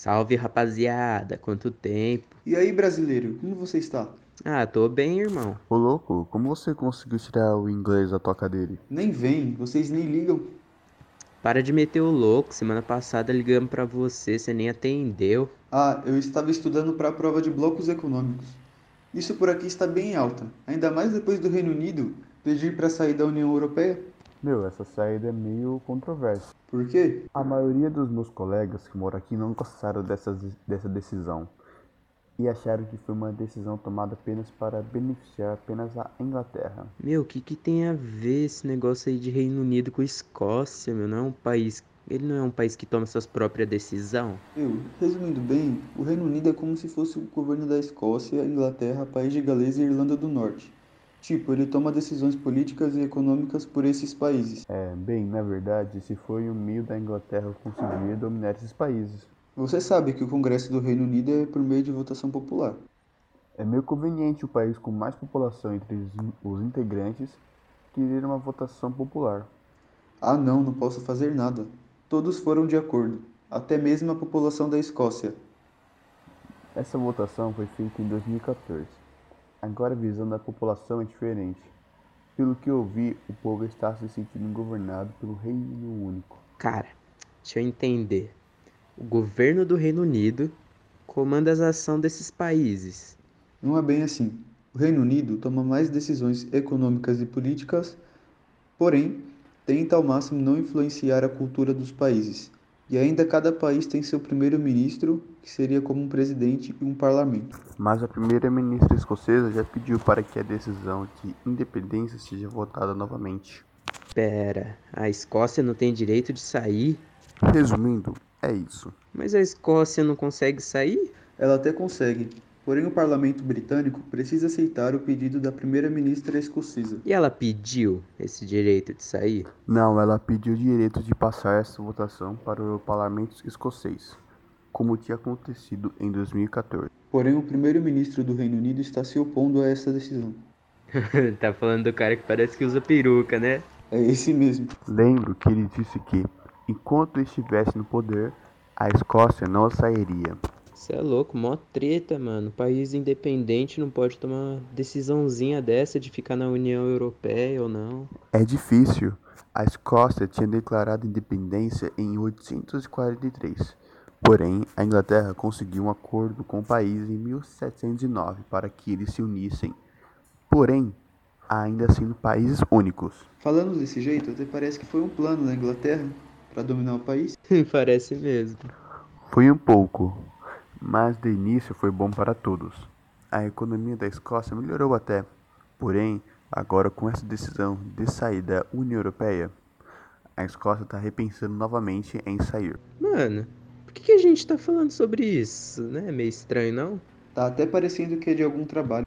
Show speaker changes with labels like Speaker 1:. Speaker 1: Salve, rapaziada, quanto tempo.
Speaker 2: E aí, brasileiro, como você está?
Speaker 1: Ah, tô bem, irmão.
Speaker 3: Ô louco, como você conseguiu tirar o inglês da toca dele?
Speaker 2: Nem vem, vocês nem ligam.
Speaker 1: Para de meter o louco, semana passada ligamos pra você, você nem atendeu.
Speaker 2: Ah, eu estava estudando para a prova de blocos econômicos. Isso por aqui está bem alta, ainda mais depois do Reino Unido pedir para sair da União Europeia.
Speaker 3: Meu, essa saída é meio controversa.
Speaker 2: Por quê?
Speaker 3: A maioria dos meus colegas que moram aqui não gostaram dessas, dessa decisão e acharam que foi uma decisão tomada apenas para beneficiar apenas a Inglaterra.
Speaker 1: Meu, o que, que tem a ver esse negócio aí de Reino Unido com Escócia, meu? Não é um país. Ele não é um país que toma suas próprias decisões?
Speaker 2: Eu, resumindo bem, o Reino Unido é como se fosse o governo da Escócia, Inglaterra, País de Gales e Irlanda do Norte. Tipo, ele toma decisões políticas e econômicas por esses países.
Speaker 3: É, bem, na verdade, se foi o meio da Inglaterra conseguir dominar esses países.
Speaker 2: Você sabe que o Congresso do Reino Unido é por meio de votação popular.
Speaker 3: É meio conveniente o país com mais população entre os os integrantes querer uma votação popular.
Speaker 2: Ah, não, não posso fazer nada. Todos foram de acordo, até mesmo a população da Escócia.
Speaker 3: Essa votação foi feita em 2014. Agora a visão da população é diferente. Pelo que eu vi, o povo está se sentindo governado pelo Reino Único.
Speaker 1: Cara, deixa eu entender. O governo do Reino Unido comanda as ações desses países.
Speaker 2: Não é bem assim. O Reino Unido toma mais decisões econômicas e políticas, porém, tenta ao máximo não influenciar a cultura dos países. E ainda cada país tem seu primeiro-ministro, que seria como um presidente e um parlamento.
Speaker 3: Mas a primeira-ministra escocesa já pediu para que a decisão de independência seja votada novamente.
Speaker 1: Pera, a Escócia não tem direito de sair?
Speaker 3: Resumindo, é isso.
Speaker 1: Mas a Escócia não consegue sair?
Speaker 2: Ela até consegue, porém o parlamento britânico precisa aceitar o pedido da primeira-ministra escocesa.
Speaker 1: E ela pediu esse direito de sair?
Speaker 3: Não, ela pediu o direito de passar essa votação para o parlamento escocês, como tinha acontecido em 2014.
Speaker 2: Porém, o primeiro-ministro do Reino Unido está se opondo a essa decisão.
Speaker 1: tá falando do cara que parece que usa peruca, né?
Speaker 2: É esse mesmo.
Speaker 3: Lembro que ele disse que, enquanto estivesse no poder, a Escócia não sairia.
Speaker 1: Você é louco, mó treta, mano. País independente não pode tomar uma decisãozinha dessa de ficar na União Europeia ou não.
Speaker 3: É difícil. A Escócia tinha declarado independência em 843. Porém, a Inglaterra conseguiu um acordo com o país em 1709 para que eles se unissem. Porém, ainda sendo países únicos.
Speaker 2: Falando desse jeito, até parece que foi um plano da Inglaterra para dominar o país.
Speaker 1: Parece mesmo.
Speaker 3: Foi um pouco, mas de início foi bom para todos. A economia da Escócia melhorou até, porém, agora com essa decisão de sair da União Europeia, a Escócia está repensando novamente em sair.
Speaker 1: Mano, por que, que a gente tá falando sobre isso? Né? Meio estranho, não?
Speaker 2: Tá até parecendo que é de algum trabalho.